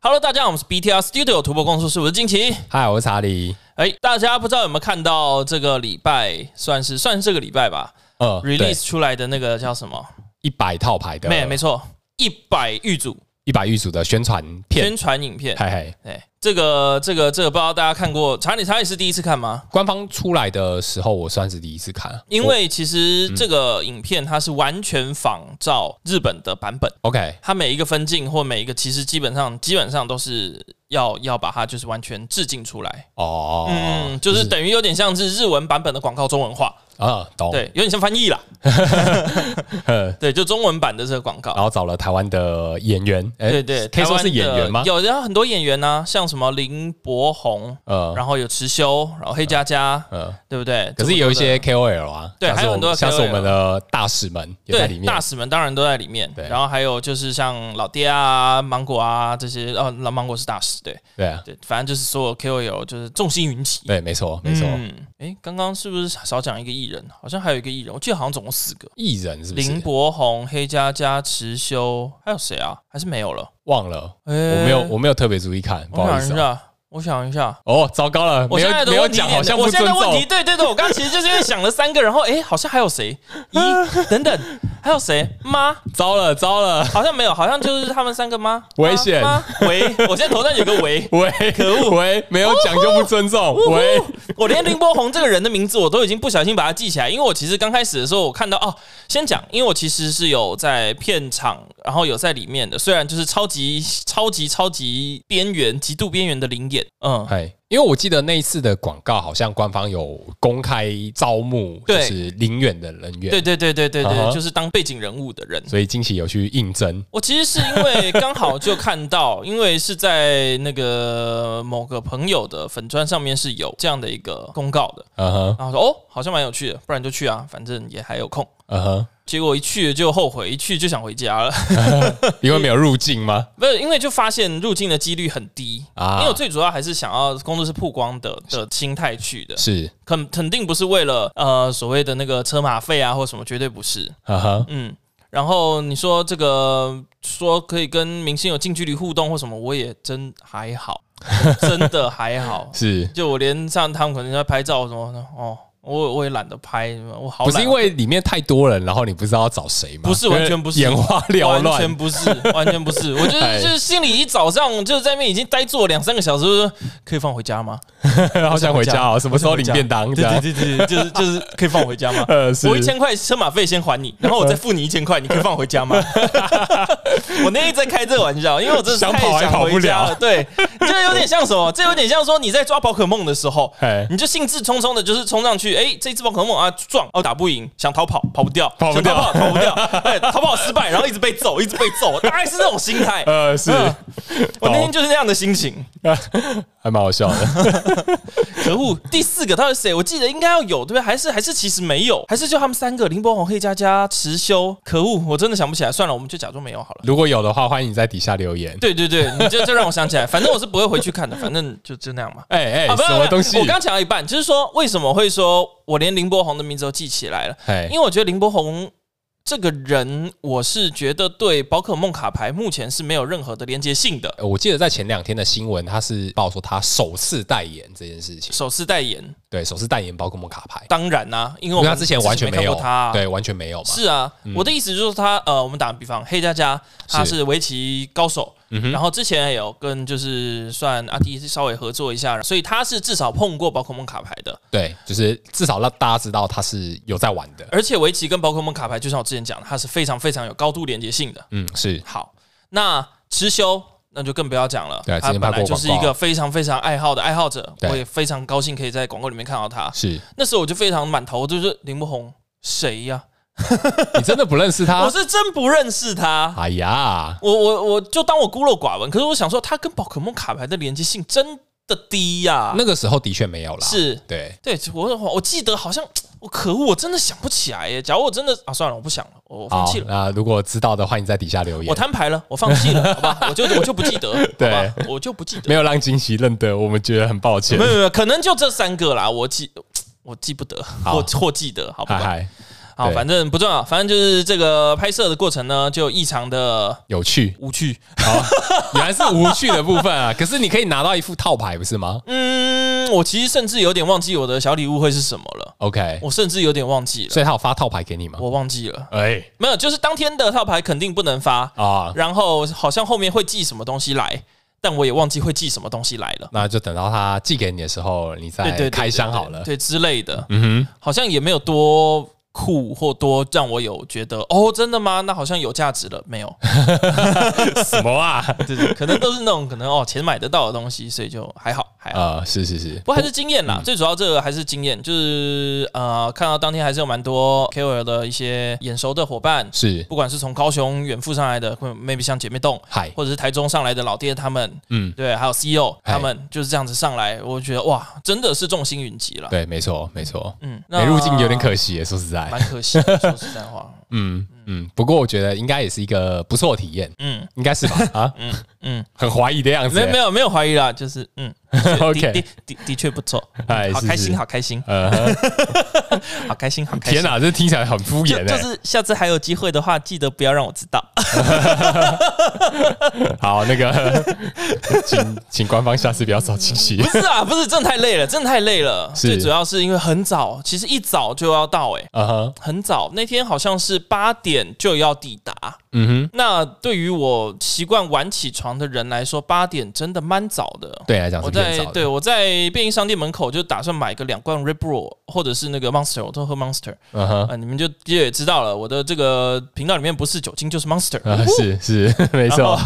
Hello，大家好，我们是 BTR Studio 突破控速，是我是金奇。嗨，我是查理。哎、大家不知道有没有看到这个礼拜算是算是这个礼拜吧呃，release 出来的那个叫什么？一百套牌的，没没错，一百预组一百玉组的宣传片宣，传影片。嗨嗨，哎，这个这个这个不知道大家看过？查理查理是第一次看吗？官方出来的时候，我嗯算是第一次看，因为其实这个影片它是完全仿照日本的版本。我 OK，它每一个分镜或每一个，其实基本上基本上都是要要把它就是完全致敬出来，哦，嗯，就是等于有点像是日文版本的广告中文化，啊，懂，对，有点像翻译 啦，呃对，就中文版的这个广告，然后找了台湾的演员，哎对对，哦可以说是演员台湾？吗的有然后很多演员呢、像什么林柏宏，呃然后有池修，然后黑佳佳，呃，对不对？可是也有一些 KOL 啊，对像是还有我很多们像是我 KOL 们的大使们也在里对面大，使们当然都在里面，对然后还有就是像老爹啊、芒果啊这些，哦，老芒果是大使，对对啊，对，反正就是所有 KOL 就是众星云集，对，没错没错，嗯，哎，刚刚是不是少讲一个艺人？好像还有一个艺人，我记得好像总共四个：艺人是不林是？柏宏、黑佳佳、池修，还有谁啊？还是没有了？忘了，我我没有我没有特别注意看，呃不我好意想思一哦。下，哎我想一下。哦，糟糕了，我没现在有的没有问题讲，好像我不现在尊的问重题，。对对对，我刚刚其实就是因为想了三个，然后哎，好像还有谁？ 咦，等等，还有谁？妈，糟了糟了，好像没有，好像就是他们三个吗？危险妈妈喂，我现在头上有个喂，喂，可恶，喂，没有讲就不尊重，喂， 我连林柏宏这个人的名字我都已经不小心把它记起来，因为我其实刚开始的时候我看到哦，先讲，因为我其实是有在片场，然后有在里面的，虽然就是超级超级超级边缘、极度边缘的灵眼，嗯，哎，因为我记得那一次的广告好像官方有公开招募，就对是零元的人员，对对对对对对啊哈就是当背景人物的人。所以惊喜有去应征，我其实是因为刚好就看到，因为是在那个某个朋友的粉砖上面是有这样的一个公告的，嗯哼，然后说哦，好像蛮有趣的，不然就去啊，反正也还有空。嗯哼，结果一去就后悔，一去就想回家了。因为没有入境吗？不是因为就发现入境的几率很低啊因为我最主要还是想要工作室曝光的的心态去的，是，肯肯定不是为了呃所谓的那个车马费啊或什么，绝对不是，嗯哼，。嗯。然后你说这个说可以跟明星有近距离互动或什么，我也真还好， 真的还好是。就我连上他们可能在拍照什么的，哦，我我也懒得拍，我好不懒。啊是因为里面太多人，然后你不知道要找谁吗？不是完全不是眼花缭完乱全。不 是，完全不是。我就是哎就是心里一早上就在那边已经呆坐两三个小时，我就说可以放回家吗？ 好想回家哦，什么时候领便当？这对 样，对对对，就是就是可以放回家吗？呃， 是我一千块车马费先还你，然后我再付你一千块，你可以放回 家吗？我那天在开这个玩笑，因为我真的是想太跑还想跑不回家了了。对，这有点像什么？这有点像说你在抓宝可梦的时候，哎你就兴致冲冲的，就是冲上去，哎、这只宝可梦啊撞，哦打不赢，想逃跑跑不掉，跑不掉想逃跑跑不掉，对，逃跑失败，然后一直被揍，一直被揍，大概是这种心态。呃，哦是，嗯我那天懂就是那样的心情。 还蛮好笑的。可恶，第四个到底是谁？我记得应该要有，对不对？还是还是其实没有，还是就他们三个林柏宏、黑佳佳、池修。可恶，我真的想不起来，算了，我们就假装没有好了。如果有的话，欢迎你在底下留言。对对对，你就就让我想起来，反正我是不会回去看的，反正就就那样嘛。哎哎，啊，不什不么不东西？我刚讲到一半，就是说为什么会说我连林柏宏的名字都记起来了？哎因为我觉得林柏宏这个人，我是觉得对宝可梦卡牌目前是没有任何的连接性的。呃我记得在前两天的新闻，他是报说他首次代言这件事情，首次代言，对，首次代言宝可梦卡牌，当然啦、因为因我为他们之前完全没没看有，过他啊、对，完全没有嘛，是啊，我的意思就是他呃，我们打个比方，黑佳佳他是嗯是围棋高手，然后之前也有跟就是算阿弟稍微合作一下，所以他是至少碰过宝可梦卡牌的，对，就是至少让大家知道他是有在玩的，而且围棋跟宝可梦卡牌，就像我之前讲的，它是非常非常有高度连接性的。嗯，是好，那持修。那就更不要讲了，对啊他之前本拍来过就是一广个告非常非常爱好的爱好者，对我也非常高兴可以在广告里面看到他。 是，那时候我就非常满头就是林柏宏谁呀、你真的不认识他我？是真不认识他，哎呀，我我我就当我孤陋寡闻，可是我想说，它跟宝可梦卡牌的连接性真的低呀、那个时候的确没有啦，，是对，对我我记得好像我可恶，我真的想不起来耶。假如我真的啊，算了，我不想了，我我放好弃，了。那如果知道的，欢迎在底下留我言。摊牌了，我放弃了，好吧，我就我就不记得，好吧 对，我就不记得， 没有让惊喜认得，我们觉得很抱歉没。有没有，可能就这三个啦，我记我记不得，好或或记得，好不嗨好？嗨，好，对反正不重要，反正就是这个拍摄的过程呢，就异常的有趣，无趣。原来是无趣的部分啊。可是你可以拿到一副套牌，不是吗嗯，我其实甚至有点忘记我的小礼物会是什么了， ？OK，我甚至有点忘记了，所以他有发套牌给你吗？我忘记了，哎没有，就是当天的套牌肯定不能发，啊，然后好像后面会寄什么东西来，但我也忘记会寄什么东西来了。那就等到他寄给你的时候，你对对再对哎开箱好了。对之类的，嗯哼，好像也没有多酷或多让我有觉得哦，真的吗？那好像有价值了没 有？什么啊？对对，可能都是那种可能哦钱买得到的东西，所以就还好还好。啊，嗯是是是不，过还是经验啦，最主要这个还是经验，就是呃，看到当天还是有蛮多 KOL 的一些眼熟的伙伴，是不管是从高雄远赴上来的，或 maybe 像姐妹洞，嗨，或者是台中上来的老爹他们，嗯，对，还有 CEO 嗨他们就是这样子上来，我觉得哇，真的是众星云集了。对，没哎错没错，嗯，那没入境有点，可惜耶，说实在，蛮可惜 的，说实在话，嗯嗯，不过我觉得应该也是一个不错的体验，嗯应该是吧？ 啊，嗯，很怀疑的样子没耶，没有没有怀疑啦，就是 嗯的的 OK，的的确不错，哎好是开是心，好开心，呃，好开心，好开心天。哪，这听起来很敷就衍就哎。是下次还有机会的话，记得不要让我知道。 好，那个，请请官方下次不要找惊喜不。是啊，不是，真的太累了，真的太累了。是最主要是因为很早，其实一早就要到、欸，嗯哼，很早。那天好像是八点就要抵达。嗯哼，那对于我习惯晚起床的人来说，八点真的蛮早的。对你来讲是我偏在少对的，我在便利商店门口就打算买个两罐 Red Bull 或者是那个 Monster，我都喝 Monster 嗯啊、哼，你们就也知道了，我的这个频道里面不是酒精就是 Monster，、啊是是， 没错，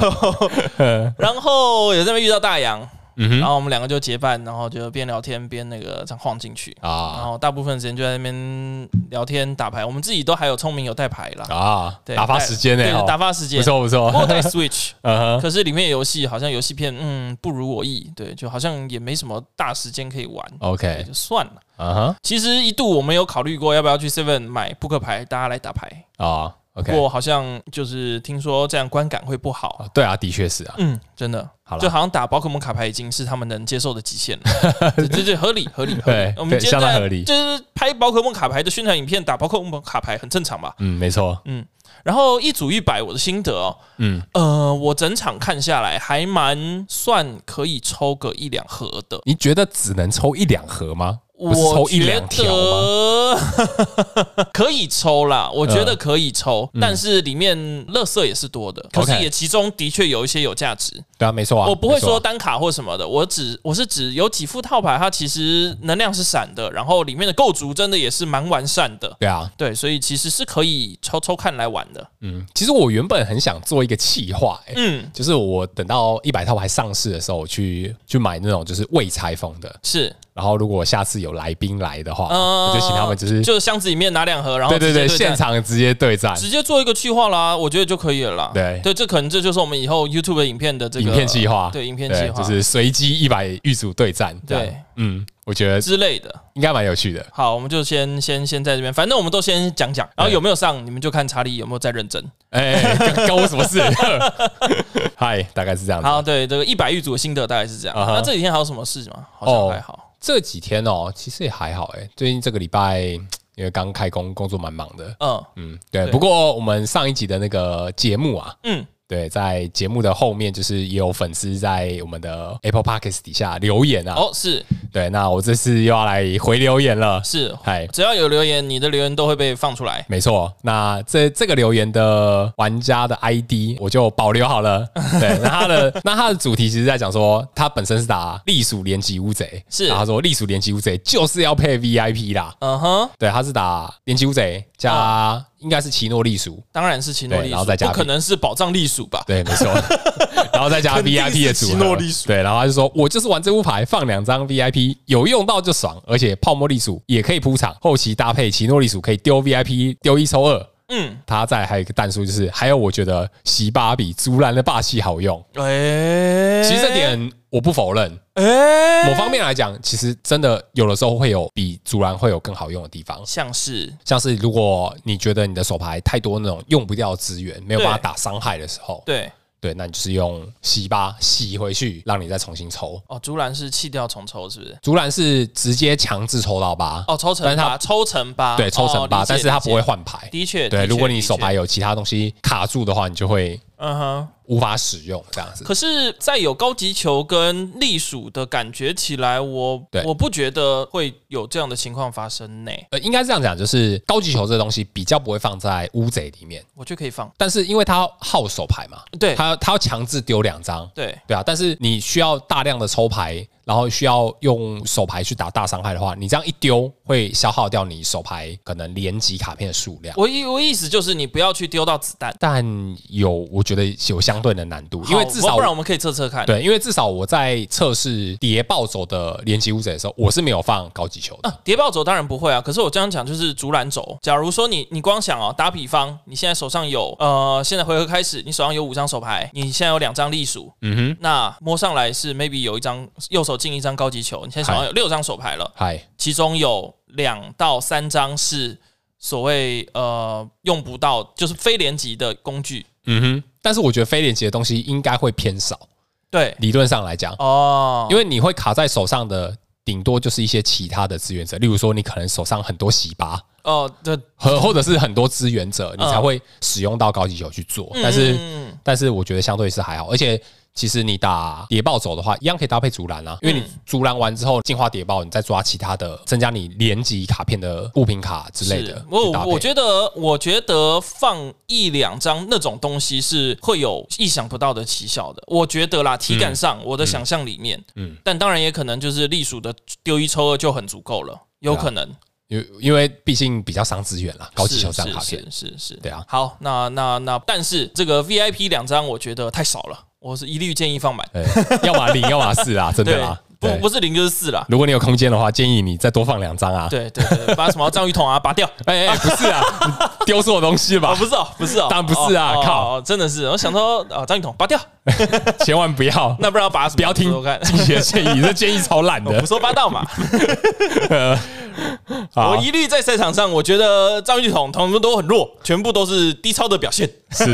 然后也在那边遇到大洋，嗯然哼，后我们两个就结伴，然后就边聊天边那个这样晃进去，然啊后大部分时间就在那边聊天打牌，我们自己都还有聪明有带牌啦，啊，对，打发时间带呢，对，打哦发时间不，错不错我，有带 Switch， 嗯哼，可是里面游戏好像游戏片，嗯，不如我意，对，就好像也没什么大时间可以玩，哦对， OK，就算了。嗯哼，其实一度我们有考虑过要不要去 Seven 买扑克牌，大家来打牌，啊不 OK，过好像就是听说这样观感会不好，啊对啊，的确是啊，嗯，真的，好就了，好像打宝可梦卡牌已经是他们能接受的极 限了，对对对，合理合理合理对。我们对今天相当在合理就是拍宝可梦卡牌的宣传影片，打宝可梦卡牌很正常吧？嗯，没错，然后一组一百，我的心得哦，嗯，呃，我整场看下来还蛮算可以抽个一两盒的。你觉得只能抽一两盒吗？不是我抽一觉两条吗？得 可以抽啦，我觉得嗯可以抽，但是里面垃圾也是多的，可是 OK 也其中的确有一些有价值。对啊，没错啊，我不会没错说啊单卡或什么的，我只我是指有几副套牌，它其实能量是散的，然后里面的构筑真的也是蛮完善的。对啊，对，所以其实是可以抽抽看来玩的。嗯，其实我原本很想做一个企划、欸，嗯，就是我等到一百套牌上市的时候，我去去买那种就是未拆封的，是，然后如果下次有来宾来的话，嗯我就请他们就是就是箱子里面拿两盒，然后对对直接对，战现场直接对战，直接做一个去化啦，我觉得就可以了啦。对对，这可能这就是我们以后 YouTube 影片的这个影片计划，对影片计划就是随机一百预组对战，这样对，嗯，我觉得之类的。应该蛮有趣的，好，我们就先先先在这边，反正我们都先讲讲，然后对有没有上，你们就看查理有没有在认真。哎、关关我什么事？ 嗨，大概是这样子。好，对，这个一百玉组的心得大概是这样。啊哈那这几天还有什么事吗？好像哦还好。这几天哦，其实也还好哎、最近这个礼拜因为刚开工，工作蛮忙的，嗯嗯，对。对不过我们上一集的那个节目啊，嗯，对，在节目的后面，就是也有粉丝在我们的 Apple Podcast 底下留言啊。哦，是对，那我这次又要来回留言了。是，嗨，只要有留言，你的留言都会被放出来。没错，那这这个留言的玩家的 ID 我就保留好了。对，那他的那他的主题其实在讲说，他本身是打隶属联级乌贼，是然后他说隶属联级乌贼就是要配 VIP 啦。嗯哼，对，他是打联级乌贼加、应该是奇诺隶属，当然是奇诺对隶然属，后再加不可能是宝藏隶属吧？对，没 错。然后再加肯定 VIP 是的奇组诺合隶，属对，然后他就说，我就是玩这副牌，放两张 VIP，有用到就爽，而且泡沫隶属也可以铺场，后期搭配奇诺隶属可以丢 VIP，丢一抽二。嗯，他再来还有一个弹数就是，还有我觉得席巴比竹篮的霸气好用，哎，其实这，点我不否认，哎，某方面来讲，其实真的有的时候会有比竹篮会有更好用的地方。像是像是如果你觉得你的手牌太多那种用不掉的资源，没有办法打伤害的时候，对，对，那你就是用洗吧洗回去，让你再重新抽。哦，竹篮是弃掉重抽，是不是？竹篮是直接强制抽到八、哦，抽成但是它八，抽成八，对，抽哦成八、但是它不。理会解理解换牌。的确，对，的确如果你手，的牌有其他东西卡住的话，你就会确嗯哼。无法使用这样子。可是，在有高级球跟隶属的感觉起来，我对我不觉得会有这样的情况发生呢。呃，应该这样讲，就是高级球这东西比较不会放在乌贼里面，我觉得可以放，但是因为它耗手牌嘛，对它它要强制丢两张，对，对啊，但是你需要大量的抽牌，然后需要用手牌去打大伤害的话，你这样一丢会消耗掉你手牌可能连级卡片的数量。我意我意思就是你不要去丢到子弹，但有我觉得有相对的难度，因为好至少不然我们可以测测看。对，因为至少我在测试谍暴走的连级乌贼的时候，我是没有放高级球的。啊，谍报轴当然不会啊，可是我这样讲就是竹篮轴。假如说你你光想哦，打比方，你现在手上有呃，现在回合开始，你手上有五张手牌，你现在有两张隶属，嗯哼，那摸上来是 maybe 有一张右手进一张高级球，你现在手上有六张手牌了，嗨，其中有两到三张是所谓呃用不到，就是非联级的工具。嗯哼，但是我觉得非连级的东西应该会偏少，对，理论上来讲，哦，因为你会卡在手上的。顶多就是一些其他的志愿者，例如说你可能手上很多洗吧，哦，对，和或者是很多支援者，你嗯才会使用到高级球去做。但是，嗯但是我觉得相对是还好，而且其实你打谍报走的话，一样可以搭配竹篮嗯啊，因为你竹篮完之后进化谍报，你再抓其他的，增加你连级卡片的物品卡之类的是。我去搭配我觉得，我觉得放一两张那种东西是会有意想不到的奇效的。我觉得啦，体感上、我的想象里面，嗯嗯，但当然也可能就是隶属的丢一抽二就很足够了，有可能。因因为毕竟比较伤资源啦，高级是球这张卡是片。是是是，对啊好，那那那，但是这个 VIP 两张我觉得太少了，我是一律建议放满，对，要么零，要么四 啊，真的对啦。，不对不是零就是四啦。如果你有空间的话，建议你再多放两张啊。对对对，把什么章鱼桶啊拔 掉。哎，哎哎，不是 啊，你丢错东西啊，吧不，是哦，不是哦，当然不是啊哦哦靠哦真的是，我想说啊，章鱼桶拔掉，千万不要。那不然要拔什么？不要听我看，静姐的建议，这建议超烂的胡。说八道嘛！ 好我一律在赛场上，我觉得张玉彤他们都很弱，全部都是低超的表现。是，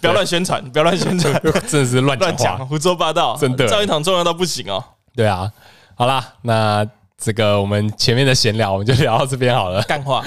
不要乱宣传，不要乱宣 传，真的是乱乱讲讲话。胡说八道，真的张玉彤重要到不行哦，对啊，好啦，那这个我们前面的闲聊我们就聊到这边好了。 干话。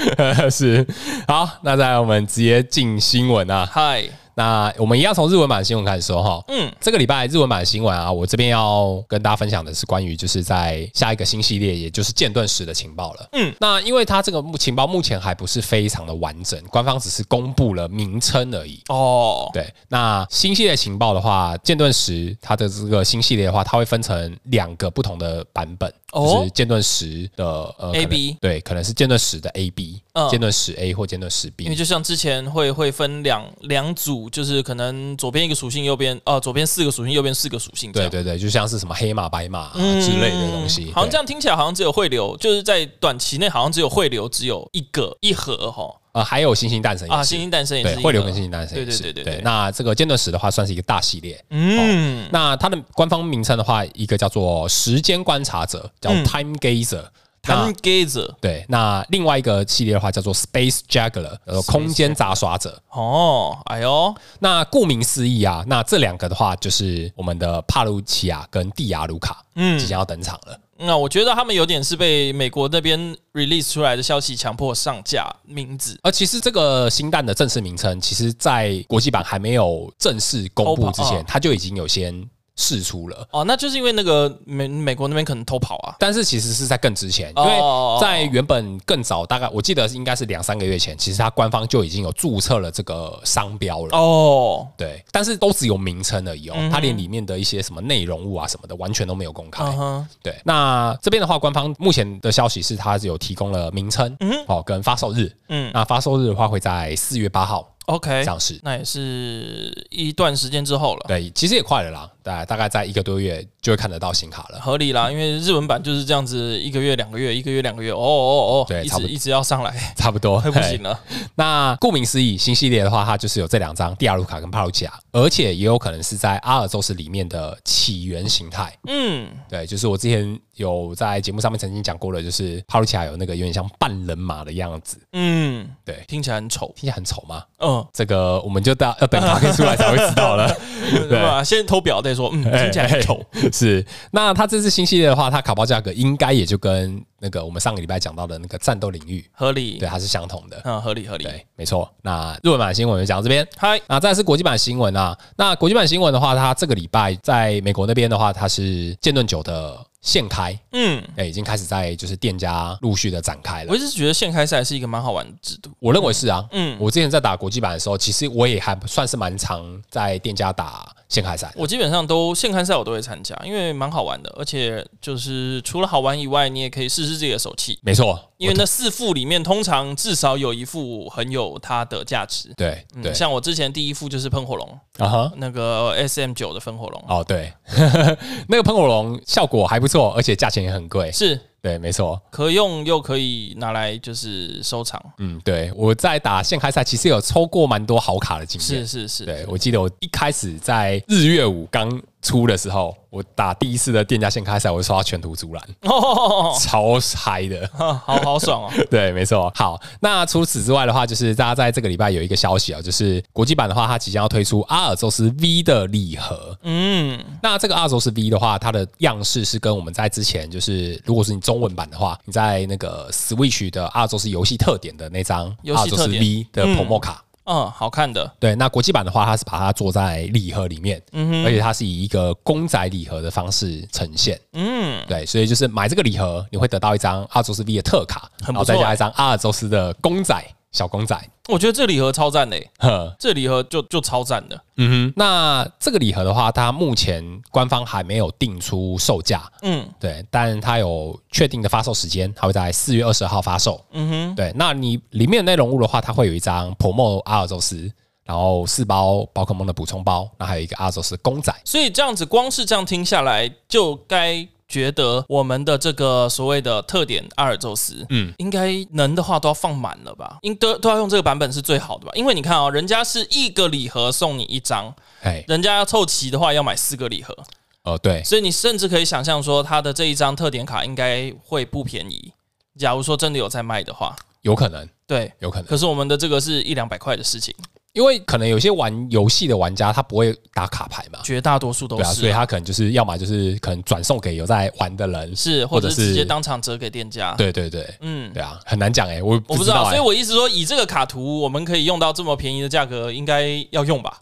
是，好，那再来我们直接进新闻啊。嗨，那我们一样从日文版的新闻开始说哈。嗯，这个礼拜日文版的新闻啊，我这边要跟大家分享的是关于就是在下一个新系列，也就是剑盾石的情报了。嗯嗯，那因为它这个目情报目前还不是非常的完整，官方只是公布了名称而已。哦，对，那新系列情报的话，剑盾石它的这个新系列的话，它会分成两个不同的版本，哦就是剑盾石的呃 A 可能 B 对，可能是剑盾石的 A B，嗯剑盾石 A 或剑盾石因为 B。就像之前会会分两两组，就是可能左边一个属性，右边呃左边四个属性，右边四个属性这对样。对对，就像是什么黑马、白马、啊嗯之类的东西，好像这对样听起来好像只有汇流，就是在短期内好像只有汇流只有一个一盒哈呃，还有星星诞生也啊，是星星诞生也是对一，个汇流跟星星诞生也对是对对对对对。那这个剑盾石的话，算是一个大系列。嗯，那它的官方名称的话，一个叫做时间观察者，叫嗯 Time Gazer。那 Time Gazer 对，那另外一个系列的话叫做 Space Juggler，呃，空间杂耍者。哦，哎呦，那顾名思义啊，那这两个的话就是我们的帕鲁奇亚跟蒂亚卢卡，嗯嗯，即将要登场了。那我觉得他们有点是被美国那边 release 出来的消息强迫上架名字。而其实这个星弹的正式名称，其实在国际版还没有正式公布之哦前，它就已经有先试出了。哦，那就是因为那个美美国那边可能偷跑啊。但是其实是在更之前，哦因为在原本更早，大概我记得应该是两三个月前，其实它官方就已经有注册了这个商标了。哦，对，但是都只有名称而已哦，嗯哼它连里面的一些什么内容物啊什么的，完全都没有公开。嗯哼，对，那这边的话，官方目前的消息是它有提供了名称，嗯哼哦，跟发售日。嗯那发售日的话会在四月八号，OK，上市。那也是一段时间之后了，对，其实也快了啦，大大概在一个多月就会看得到新卡了。合理啦，因为日文版就是这样子，一个月、两个月，一个月、两个月，哦哦哦，对一差直不多一直要上来，差不多，哎快不嘿行了。那顾名思义，新系列的话，它就是有这两张蒂亚卢卡跟帕鲁奇亚，而且也有可能是在阿尔宙斯里面的起源形态。嗯，对，就是我之前有在节目上面曾经讲过的，就是帕鲁奇亚有那个有点像半人马的样子，嗯，对听起来很丑。听起来很丑吗？嗯，这个我们就到要等它可以出来才会知道了。 对吧？先偷表再说，嗯， 听起来很丑。是，那它这次新系列的话，它卡包价格应该也就跟那个我们上个礼拜讲到的那个战斗领域，合理对，，它是相同的。嗯，合理合理。对，没错。那日文版新闻就讲到这边，嗨，那再来是国际版新闻啊。那国际版新闻的话，它这个礼拜在美国那边的话，它是剑盾九的现开，嗯，哎、已经开始在就是店家陆续的展开了我。一直觉得现开赛是一个蛮好玩的制度。我认为是啊，嗯，我之前在打国际版的时候，其实我也还算是蛮常在店家打现开赛的。我基本上都现刊赛我都会参加，因为蛮好玩的，而且就是除了好玩以外，你也可以试试自己的手气。没错，因为那四副里面，通常至少有一副很有它的价值。对对嗯，像我之前第一副就是喷火龙，啊哈。那个 S M 九的喷火龙，哦，对， 那个喷火龙效果还不错，而且价钱也很贵。是对，没错，可用又可以拿来就是收藏。嗯，对，我在打现开赛其实有抽过蛮多好卡的经验是。是是， 对，我记得我一开始在日月舞刚出的时候，我打第一次的店家现开赛，我就刷到全图阻拦，哦，超嗨的。好好爽哦。对，没错。好，那除此之外的话，就是大家在这个礼拜有一个消息啊，就是国际版的话，它即将要推出阿尔宙斯 V 的礼盒。嗯，那这个阿尔宙斯 V 的话，它的样式是跟我们在之前就是，如果是你中文版的话，你在那个 Switch 的阿尔宙斯游戏特点的那张游阿尔戏宙特斯点 V 的嗯 promo 卡。嗯，好看的，对，那国际版的话，它是把它做在礼盒里面，嗯而且它是以一个公仔礼盒的方式呈现。嗯，对，所以就是买这个礼盒，你会得到一张阿尔宙斯 V 的特卡，很然不后错再欸加一张阿尔宙斯的公仔小公仔。我觉得这礼盒超赞的欸，呵，这礼盒就就超赞的。嗯哼。那这个礼盒的话，它目前官方还没有定出售价，嗯对，但它有确定的发售时间，它会在四月二十号发售。嗯哼，对，那你里面的内容物的话，它会有一张 promo 阿尔宙斯，然后四包宝可梦的补充包，那还有一个阿尔宙斯公仔。所以这样子，光是这样听下来，就该觉得我们的这个所谓的特点阿尔宙斯，嗯嗯，应该能的话都要放满了吧？应都都要用这个版本是最好的吧？因为你看哦，人家是一个礼盒送你一张，哎，人家要凑齐的话要买四个礼盒，哦，对，所以你甚至可以想象说，它的这一张特点卡应该会不便宜。假如说真的有在卖的话，有可能，对。有可能，可是我们的这个是一两百块的事情，因为可能有些玩游戏的玩家他不会打卡牌嘛，绝大多数都对啊，是所以啊、他可能就是要么就是可能转送给有在玩的人，是，或者或者是直接是当场折给店家。，对对对，嗯，对啊，很难讲哎，我我不不知知道，道所哎以，我意思说，以这个卡图，我们可以用到这么便宜的价格，应该要用吧？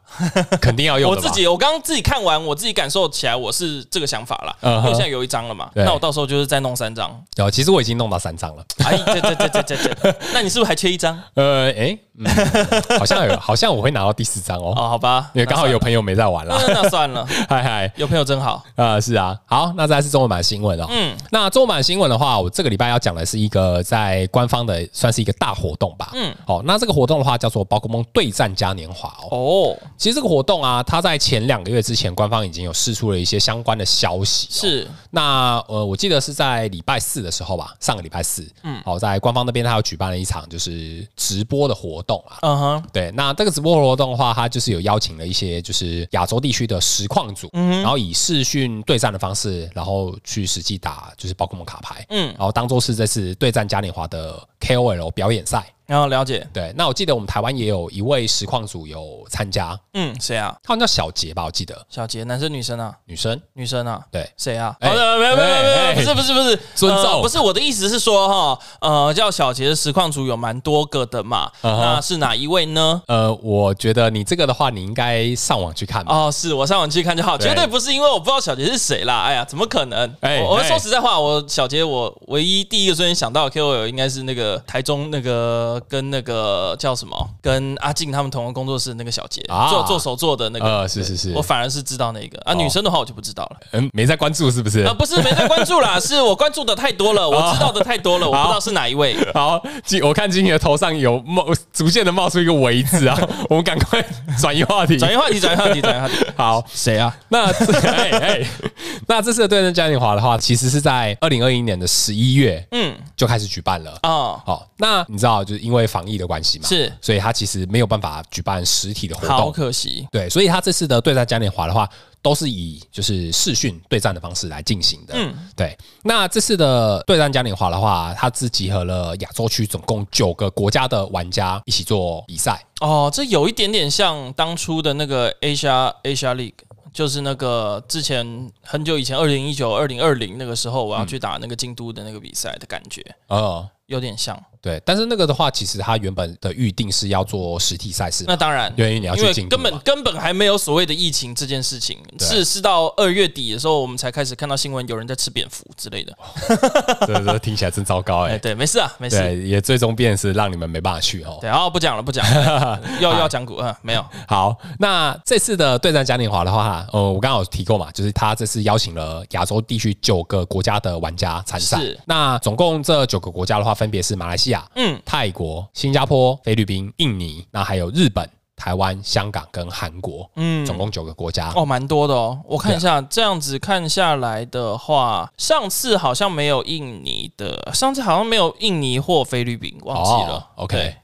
肯定要用我的自吧。己，我刚刚自己看完，我自己感受起来，我是这个想法啦。因嗯哼为我现在有一张了嘛，对那我到时候就是再弄三张。然后啊其实我已经弄到三张了，哎，这这这这这这，那你是不是还缺一张？呃，哎， 嗯好像有，好像我会拿到第四张哦，哦，好吧，因为刚好有朋友没在玩那算了，那啦，那算了， 嗨嗨，有朋友真好。啊，是啊，好，那再来是中文版新闻哦。嗯那中文版新闻的话，我这个礼拜要讲的是一个在官方的算是一个大活动吧。嗯嗯，哦，那这个活动的话叫做宝可梦对战嘉年华哦。哦，其实这个活动啊，它在前两个月之前，官方已经有释出了一些相关的消息、哦。是，那呃，我记得是在礼拜四的时候吧，上个礼拜四，嗯，哦，在官方那边它有举办了一场就是直播的活动啊。嗯哼，对，那这个直播活动的话，它就是有邀请了一些就是亚洲地区的实况组，嗯然后以视讯对战的方式，然后去实际打就是宝可梦卡牌，嗯然后当做是这次对战嘉年华的 KOL 表演赛。然后了解，对，那我记得我们台湾也有一位实况组有参加，嗯，谁啊？她好像叫小杰吧，我记得小杰，男生女生啊？女生。女生啊？对，谁啊？哎好的，没有没有没有，哎不是不是不是，尊重呃不是我的意思是说哈，呃，叫小杰的实况组有蛮多个的嘛，嗯哼那是哪一位呢？呃，我觉得你这个的话，你应该上网去看吧。哦，是我上网去看就好，对绝对不是因为我不知道小杰是谁啦。哎呀，怎么可能？哎我我哎说实在话，我小杰我唯一第一个瞬间想到的 KOL 应该是那个台中那个跟那个叫什么，跟阿静他们同个工作室的那个小杰啊做做手作的那个，呃，是是是我，反而是知道那个啊，哦女生的话我就不知道了。嗯，没在关注是不是啊，？不是没在关注 啦，是我关注的太多哦了，我知道的太多了，我不知道是哪一位。好，今我看今天的头上有冒逐渐的冒出一个“围”字 啊，我们赶快转移话题。转移话题，转移话题，转移话题。 好，谁啊？那 这哎哎，那这次的对阵嘉年华的话，其实是在二零二一年的十一月嗯，就开始举办了。哦，好，那你知道，就是因为防疫的关系嘛，是所以它其实没有办法举办实体的活好动。可惜。对，所以他这次的对战嘉年华的话，都是以就是视讯对战的方式来进行的。嗯嗯，对。那这次的对战嘉年华的话，它是集合了亚洲区总共九个国家的玩家一起做比赛。哦，这有一点点像当初的那个 Asia Asia League 就是那个之前很久以前，二零一九、二零二零那个时候，我要去打那个京都的那个比赛的感觉，嗯，有点像。对。但是那个的话，其实它原本的预定是要做实体赛 事嘛，那当然，因为你要去因为京都根嘛本根本还没有所谓的疫情这件事情，对是是到二月底的时候，我们才开始看到新闻有人在吃蝙蝠之类的。这这听起来真糟糕哎、哎，对，没事啊，没事。 对，也最终变是让你们没办法去哦。对，好，不讲了，不讲 了，要要讲股，嗯，没有，好，那这次的对战嘉年华的话，呃，我刚刚有提过嘛，就是他这次邀请了亚洲地区九个国家的玩家参赛是。那总共这九个国家的话，分别是马来西亚、嗯，泰国、新加坡、菲律宾、印尼，那还有日本、台湾、香港跟韩国，嗯总共九个国家。哦，蛮多的哦。我看一下，这样子看下来的话，上次好像没有印尼的，上次好像没有印尼或菲律宾，忘记了。哦、OK 对对。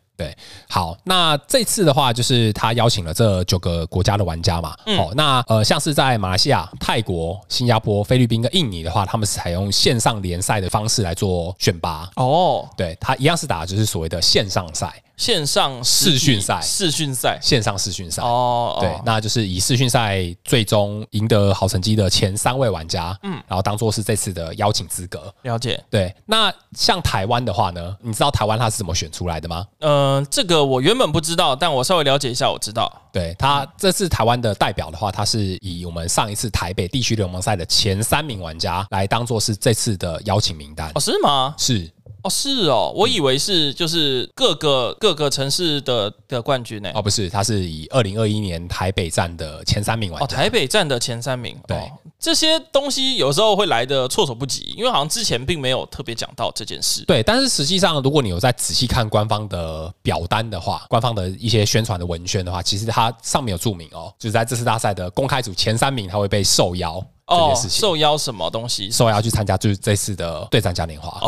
好，那这次的话，就是他邀请了这九个国家的玩家嘛。嗯哦，那呃，像是在马来西亚、泰国、新加坡、菲律宾跟印尼的话，他们是采用线上联赛的方式来做选拔。哦，对，他一样是打就是所谓的线上赛、线上实体视讯赛视讯赛。线上视讯赛。哦，对哦，那就是以视讯赛最终赢得好成绩的前三位玩家，嗯，然后当做是这次的邀请资格。了解。对，那像台湾的话呢，你知道台湾它是怎么选出来的吗？嗯，这个我原本不知道，但我稍微了解一下，我知道。对他这次台湾的代表的话，他是以我们上一次台北地区联盟赛的前三名玩家来当做是这次的邀请名单哦，。是吗？是，哦，是哦，我以为是就是各个各个城市的的冠军呢。哦，不是，他是以二零二一年台北站的前三名玩哦，家。台北站的前三名，对哦这些东西有时候会来的措手不及，因为好像之前并没有特别讲到这件事。对，但是实际上，如果你有在仔细看官方的表单的话，官方的一些宣传的文宣的话，其实它上面有注明哦，就是在这次大赛的公开组前三名，他会被受邀这哦件，事情，受邀什么东西？受邀去参加就是这次的对战嘉年华。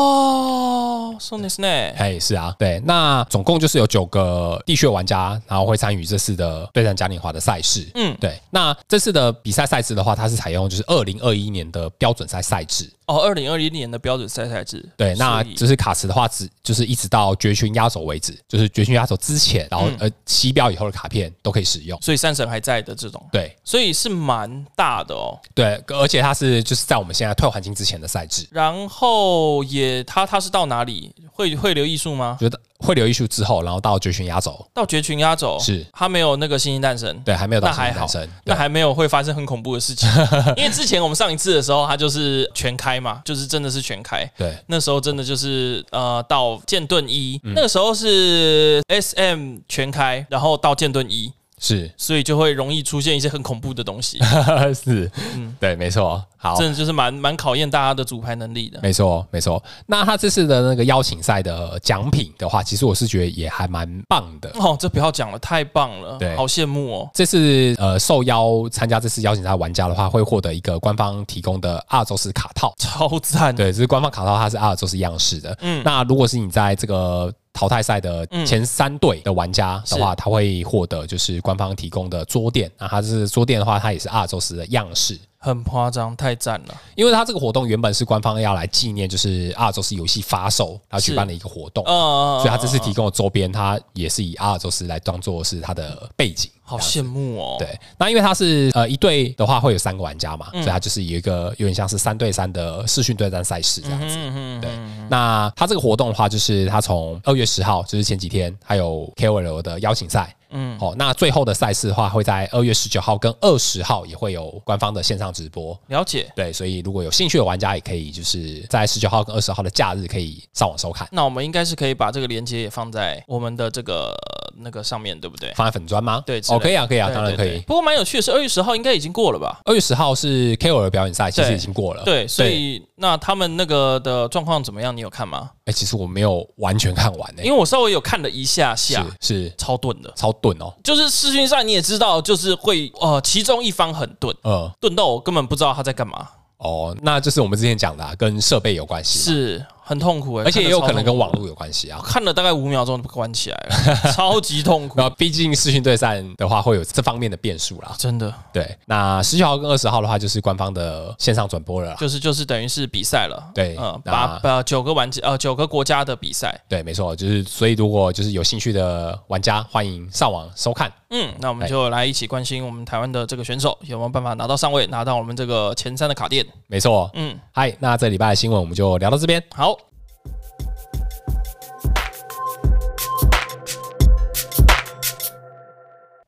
哦，送你 s n 哎，是啊，对，那总共就是有九个地区的玩家，然后会参与这次的对战嘉年华的赛事。嗯嗯，对，那这次的比赛赛制的话，它是采用就是二零二一年的标准赛赛制。哦，二零二一年的标准赛赛制。对，那所以就是卡池的话，只就是一直到决军压轴为止，就是决军压轴之前，然后、嗯呃七标以后的卡片都可以使用。所以三神还在的这种，对所以是蛮大的哦。对，而且它是就是在我们现在退环境之前的赛制，然后也他他是到哪里会会留艺术吗？觉得会留一术之后，然后到决军压轴，到绝群压轴是他没有那个星星诞生，对，还没有到那还新好诞生，那对还没有会发生很恐怖的事 情，因为之前我们上一次的时候，它就是全开嘛，就是真的是全开。对那时候真的就是呃，到剑盾一，嗯那个时候是 S M 全开，然后到剑盾一，是所以就会容易出现一些很恐怖的东西， 是，嗯 对，没错，好，真的就是蛮蛮考验大家的主牌能力的。没错，没错。那他这次的那个邀请赛的奖品的话，其实我是觉得也还蛮棒的。哦，这不要讲了，太棒了，对好羡慕哦。这次呃受邀参加这次邀请赛的玩家的话，会获得一个官方提供的阿尔宙斯卡套。超赞！对，这是官方卡套，它是阿尔宙斯样式的。嗯，那如果是你在这个淘汰赛的前三队的玩家的话，他会获得就是官方提供的桌垫。那它是桌垫的话，它也是阿尔宙斯的样式。很夸张，太赞了！因为它这个活动原本是官方要来纪念，就是阿尔宙斯游戏发售，然后举办的一个活动。呃，所以他这次提供的周边，它也是以阿尔宙斯来当做是它的背景。好这样羡慕哦。，对，那因为它是呃一队的话会有三个玩家嘛，嗯所以它就是有一个有点像是三对三的视讯对战赛事这样子。嗯嗯，对，那它这个活动的话，就是它从二月十号，就是前几天，还有 KOL 的邀请赛。嗯，哦，那最后的赛事的话，会在二月十九号跟二十号也会有官方的线上直播。了解。对，所以如果有兴趣的玩家，也可以就是在十九号跟二十号的假日可以上网收看，那我们应该是可以把这个链接也放在我们的这个呃那个上面，对不对？放在粉砖吗？对之类哦，的可以啊，可以啊，对当然对可对以。不过蛮有趣的是，二月十号应该已经过了吧？二月十号是 KOL 的表演赛，其实对已经过了。对，所以那他们那个的状况怎么样？你有看吗？哎、其实我没有完全看完呢、因为我稍微有看了一下下，哎是是超钝的。超钝哦，就是视讯上你也知道，就是会呃，其中一方很钝，呃钝到我根本不知道他在干嘛，哦，那就是我们之前讲的、啊、跟设备有关系嘛。是很痛苦哎、而且也有可能跟网络络有关系啊。看了大概五秒钟就关起来了，超级痛苦 然，后，毕竟视讯对战的话，会有这方面的变数啦。真的对，那十九号跟二十号的话，就是官方的线上转播了啦。就是就是等于是比赛了，对嗯，那八呃九个玩家呃九个国家的比赛，对，没错，就是所以如果就是有兴趣的玩家，欢迎上网收看。嗯，那我们哎就来一起关心我们台湾的这个选手有没有办法拿到上位，拿到我们这个前三的卡垫，没错，嗯，嗨，那这礼拜的新闻我们就聊到这边。好。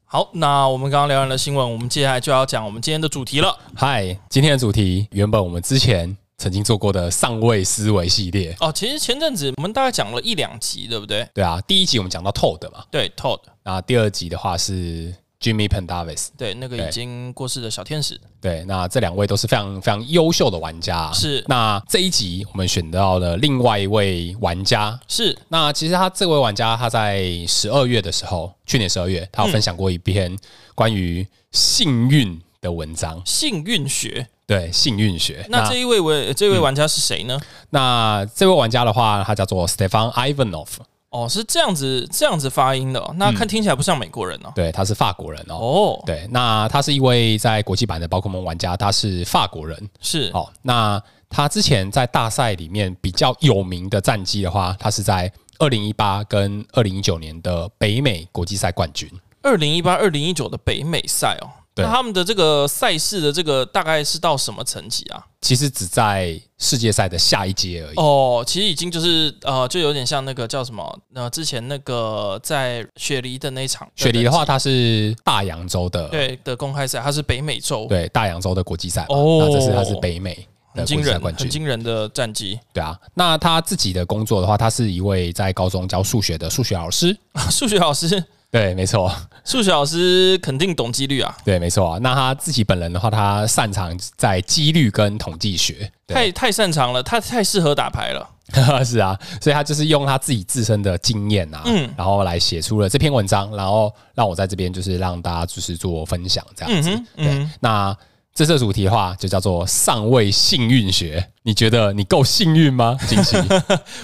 好，那我们刚刚聊完了新闻，我们接下来就要讲我们今天的主题了。嗨，今天的主题原本我们之前曾经做过的上位思维系列，哦，其实前阵子我们大概讲了一两集，对不对？对啊，第一集我们讲到 Todd 嘛，对，Todd，那第二集的话是 Jimmy Pendavis，对，那个对已经过世的小天使，对，那这两位都是非常非常优秀的玩家、啊是那这一集我们选到了另外一位玩家，是那其实他这位玩家，他在十二月的时候，去年十二月，他有分享过一篇关于幸运的文章，幸运学。对幸运学。那这一位为这位嗯玩家是谁呢？那这位玩家的话，他叫做 Stefan Ivanov，哦，是这样子这样子发音的哦、那看听起来不像美国人哦。对，他是法国人哦。哦，嗯对，那他是一位在国际版的宝可梦玩家，他是法国人是哦。那他之前在大赛里面比较有名的战绩的话，他是在二零一八跟二零一九年的北美国际赛冠军。二零一八、二零一九的北美赛哦。对那他们的这个赛事的这个大概是到什么层级啊？其实只在世界赛的下一阶而已。哦，其实已经就是呃，就有点像那个叫什么呃，之前那个在雪梨的那一场雪梨的等话，级它是大洋洲的，对的公开赛，它是北美洲，对大洋洲的国际赛嘛。哦那这次它是北美很的国际惊赛人，冠很军。惊人的战绩。 对啊，那他自己的工作的话，他是一位在高中教数学的数学老师。数学老师，对，没错，数学老师肯定懂几率啊，对，没错啊。那他自己本人的话，他擅长在几率跟统计学。对，太太擅长了，他太适合打牌了。 是啊，所以他就是用他自己自身的经验啊，嗯然后来写出了这篇文章，然后让我在这边就是让大家就是做分享这样嗯子。哼，嗯对哼，，那这次的主题的话就叫做“上位幸运学”。你觉得你够幸运 吗？锦旗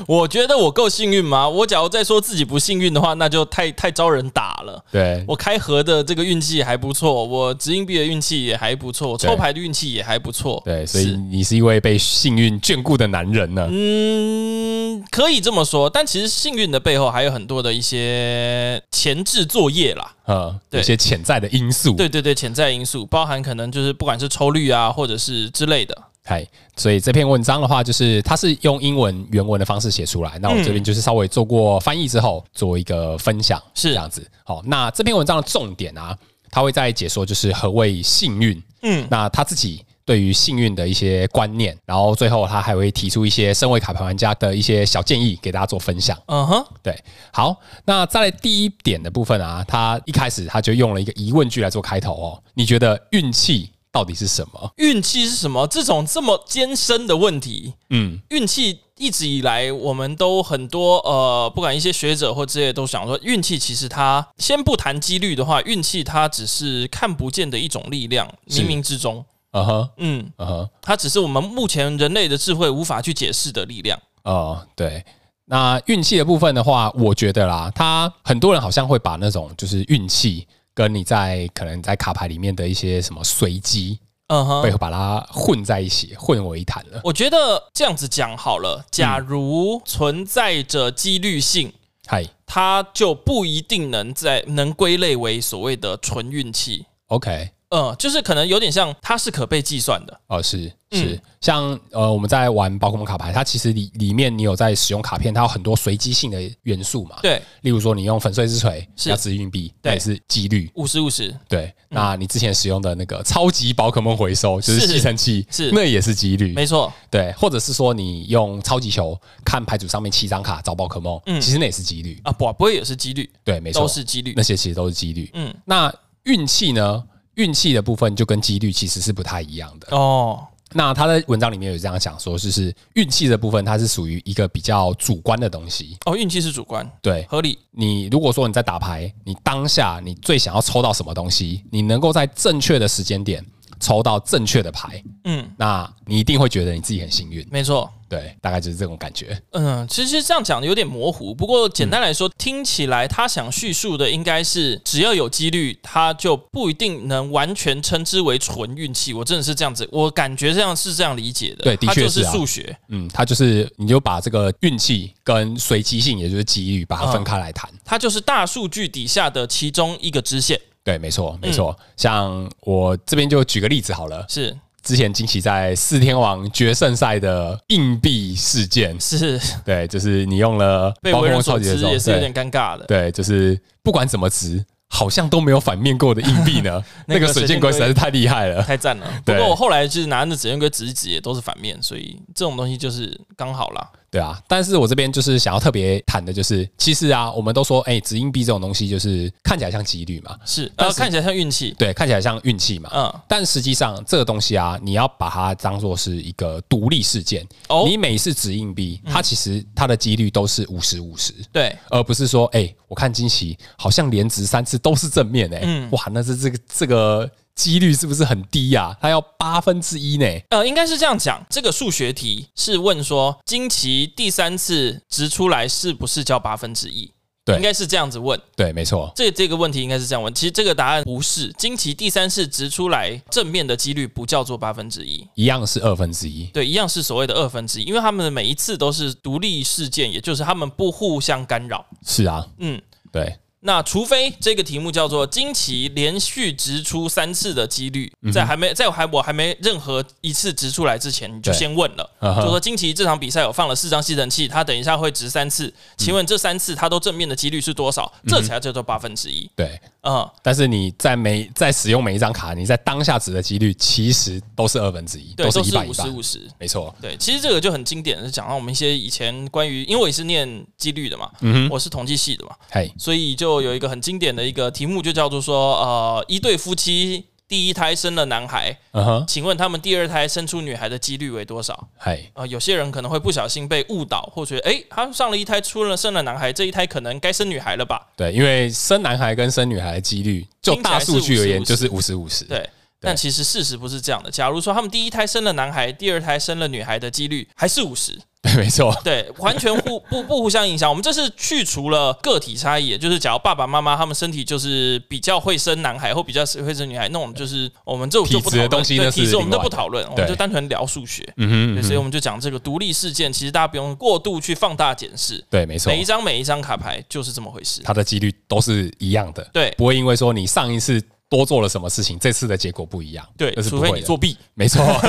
我觉得我够幸运吗？我假如再说自己不幸运的话，那就太太招人打了。对我开盒的这个运气还不错，我直硬币的运气也还不错，对抽牌的运气也还不错。对，所以是你是一位被幸运眷顾的男人呢。嗯，可以这么说，但其实幸运的背后还有很多的一些前置作业啦。嗯，对有些潜在的因素。对对对，潜在因素包含可能就是不管是抽率啊，或者是之类的。嗨，所以这篇文章的话，就是它是用英文原文的方式写出来。那我这边就是稍微做过翻译之后，做一个分享，是这样子。好，那这篇文章的重点啊，他会在解说就是何谓幸运。嗯嗯，那他自己。对于幸运的一些观念，然后最后他还会提出一些身为卡牌玩家的一些小建议给大家做分享。嗯哼，对，好，那再来第一点的部分啊，他一开始他就用了一个疑问句来做开头哦。你觉得运气到底是什么？运气是什么？这种这么艰深的问题，嗯，运气一直以来我们都很多呃，不管一些学者或之类的都想说，运气其实它先不谈几率的话，运气它只是看不见的一种力量，是冥冥之中，嗯哼，嗯，嗯哼。它只是我们目前人类的智慧无法去解释的力量。哦，对。那运气的部分的话，我觉得啦，他很多人好像会把那种就是运气跟你在可能在卡牌里面的一些什么随机，嗯会哼，把它混在一起，混为一谈了。我觉得这样子讲好了，假如存在着几率性。嗨它就不一定能在能归类为所谓的纯运气， ，OK，嗯，就是可能有点像它是可被计算的，哦，是嗯是，像呃我们在玩宝可梦卡牌，它其实里里面你有在使用卡片，它有很多随机性的元素嘛。对，例如说你用粉碎之锤是要掷硬币，对那也是几率。五十五十，对，那你之前使用的那个超级宝可梦回收就是是吸尘器，是那也是几率。没错，对，或者是说你用超级球看牌组上面七张卡找宝可梦，其实那也是几率，啊，不不会也是几率，对，没错，都是几率那。些其实都是几率。嗯，那运气呢？运气的部分就跟几率其实是不太一样的。哦，那他在文章里面有这样讲说，就是运气的部分它是属于一个比较主观的东西。哦，运气是主观，对合理。你，如果说你在打牌，你当下你最想要抽到什么东西，你能够在正确的时间点抽到正确的牌，嗯，那你一定会觉得你自己很幸运。没错。对，大概就是这种感觉。嗯，其实这样讲有点模糊，不过简单来嗯说，听起来他想叙述的应该是，只要有几率，他就不一定能完全称之为纯运气。我真的是这样子，我感觉这样是这样理解的。对的它确就是是啊数学。嗯，它就是你就把这个运气跟随机性，也就是机遇，把它分开来谈。它就是大数据底下的其中一个支线，对，没错，嗯没错。像我这边就举个例子好了，是之前惊奇在四天王决胜赛的硬币事件，是对，就是你用了被暴为人风超所级的知，时候也是有对点尴尬的。对，就是不管怎么值，好像都没有反面过的硬币呢。那 那个个水箭龟实在是太厉害了。太赞了！不 对过我后来就是拿那纸烟龟指一指，也都是反面，所以这种东西就是刚好啦。对啊，但是我这边就是想要特别谈的，就是其实啊，我们都说，哎、掷硬币这种东西就是看起来像几率嘛，是，但呃，是看起来像运气，对，看起来像运气嘛。嗯，但实际上，这个东西啊，你要把它当做是一个独立事件。哦嗯你每一次掷硬币，它其实它的几率都是五十五十，对，而不是说，哎、我看惊奇好像连值三次都是正面、哎、嗯哇，那是这个这个几率是不是很低呀、它要八分之一呢。呃，应该是这样讲。这个数学题是问说，惊奇第三次值出来是不是叫八分之一？对应该是这样子问。对，没错，这这个问题应该是这样问。其实这个答案不是，惊奇第三次值出来正面的几率不叫做八分之一。一样是二分之一。对，一样是所谓的二分之一，因为他们的每一次都是独立事件，也就是他们不互相干扰。是啊，嗯，对，那除非这个题目叫做惊奇连续直出三次的几率，嗯在还没在我还我还没任何一次直出来之前，你就对先问了，嗯哼就说惊奇这场比赛有放了四张吸尘器，他等一下会直三嗯次，请问这三次他都正面的几率是多少？这才叫做八分之一。对。嗯，但是你在每在使用每一张卡，你在当下值的几率其实都是二分之一，对，是都一是半一五十半，五十。没错。对，其实这个就很经典，是讲到我们一些以前关于，因为我也是念几率的嘛，嗯我是统计系的嘛，嘿，所以就有一个很经典的一个题目，就叫做说，呃，一对夫妻第一胎生了男孩，嗯哼，请问他们第二胎生出女孩的几率为多少？嘿，啊、有些人可能会不小心被误导，或觉得，诶，他上了一胎出了生了男孩，这一胎可能该生女孩了吧？对，因为生男孩跟生女孩的几率，就大数据而听起言，就来是五十五十。对。但其实事实不是这样的。假如说他们第一胎生了男孩，第二胎生了女孩的几率还是五十，对，没错， 对，完全互不不互相影响。我们这是去除了个体差异，也就是假如爸爸妈妈他们身体就是比较会生男孩或比较会生女孩，那我们就是我们这就不体质的讨论东西对那是体质我们都另外不的讨论，我们对就单纯聊数学。嗯对，哼，所以我们就讲这个独立事件，其实大家不用过度去放大检视，对，没错每，一张每一张卡牌就是这么回事。它的几率都是一样的，对不会因为说你上一次多做了什么事情，这次的结果不一样，对那，是除不非会你的。作弊。没错。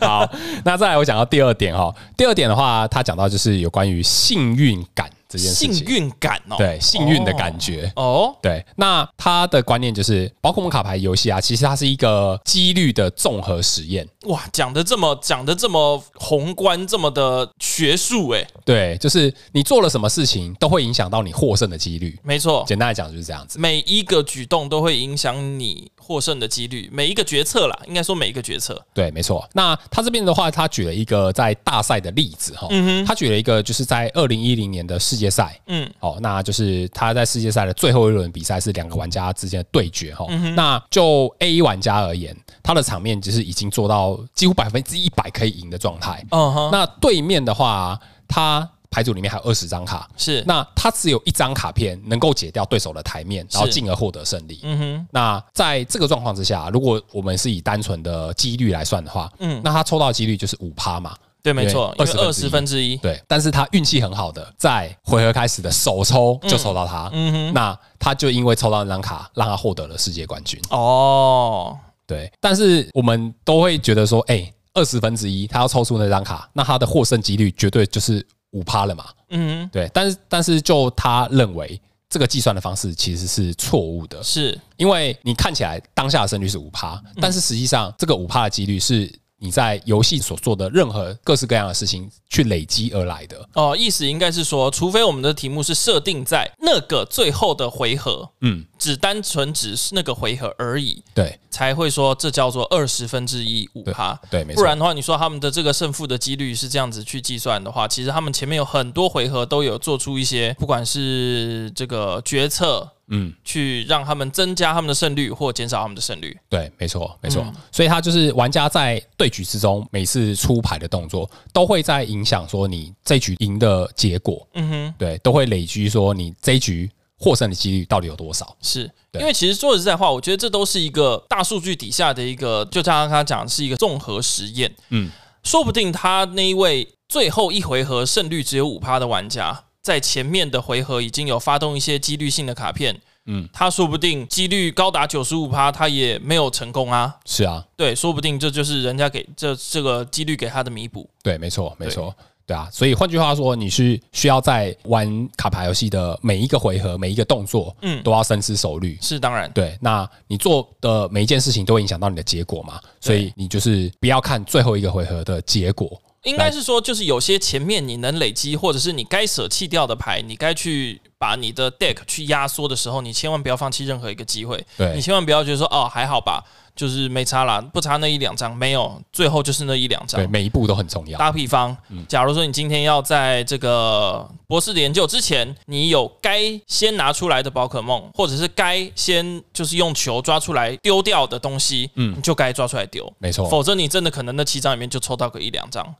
好，那再来我讲到第二点哈，第二点的话，他讲到就是有关于幸运感这件事幸情，运感哦，对幸运的感觉。哦，对，那他的观念就是，宝可梦卡牌游戏啊，其实它是一个几率的综合实验。哇，讲的这么讲的这么宏观，这么的学术，哎，对，就是你做了什么事情，都会影响到你获胜的几率。没错，简单来讲就是这样子。每一个举动都会影响你获胜的几率，每一个决策啦，应该说每一个决策，对，没错。那他这边的话，他举了一个在大赛的例子哈，他举了一个就是在二零一零年的世界赛，嗯，哦，那就是他在世界赛的最后一轮比赛是两个玩家之间的对决哈、那就 A 玩家而言，他的场面就是已经做到几乎百分之一百可以赢的状态。嗯哼，那对面的话，他牌组里面还有二十张卡，是，那他只有一张卡片能够解掉对手的台面，然后是进而获得胜利。嗯哼，那在这个状况之下，如果我们是以单纯的几率来算的话，嗯嗯，那他抽到的几率就是五趴嘛，对，没错，因为20二十分之一，对。但是他运气很好的，在回合开始的首抽就抽到他，嗯哼，那他就因为抽到那张卡，让他获得了世界冠军。哦，对，但是我们都会觉得说，哎、二十分之一，他要抽出那张卡，那他的获胜几率绝对就是五趴了嘛。嗯对，但是但是就他认为这个计算的方式其实是错误的哼，，是，因为你看起来当下的胜率是五趴，嗯但是实际上这个五趴的几率是你在游戏所做的任何各式各样的事情去累积而来的。哦，意思应该是说，除非我们的题目是设定在那个最后的回合，嗯，只单纯只是那个回合而已，对才会说这叫做二十分之一五趴。对，没不错，然的话，你说他们的这个胜负的几率是这样子去计算的话，其实他们前面有很多回合都有做出一些，不管是这个决策嗯，去让他们增加他们的胜率或减少他们的胜率。对，没错，没错。嗯所以他就是玩家在对局之中，每次出牌的动作都会在影响说你这局赢的结果，嗯哼，对，都会累积说你这一局获胜的几率到底有多少。是对因为其实说实在话，我觉得这都是一个大数据底下的一个，就像刚刚讲的是一个综合实验。嗯，说不定他那一位最后一回合胜率只有五趴的玩家，在前面的回合已经有发动一些几率性的卡片，嗯，他说不定几率高达九十五趴，他也没有成功啊。是啊，对，说不定这就是人家给这这个几率给他的弥补。对，没错，没错。对啊，所以换句话说，你是需要在玩卡牌游戏的每一个回合、每一个动作，嗯嗯，都要深思熟虑。是当然，对，那你做的每一件事情都会影响到你的结果嘛，所以你就是不要看最后一个回合的结果。应该是说，就是有些前面你能累积，或者是你该舍弃掉的牌，你该去把你的 deck 去压缩的时候，你千万不要放弃任何一个机会。对你千万不要觉得说哦还好吧，就是没差啦，不差那一两张，没有，最后就是那一两张对，。嗯每一步都很重要。打比方，假如说你今天要在这个博士的研究之前，你有该先拿出来的宝可梦，或者是该先就是用球抓出来丢掉的东西，嗯，你就该抓出来丢，没错否则你真的可能那七张里面就抽到个一两 张。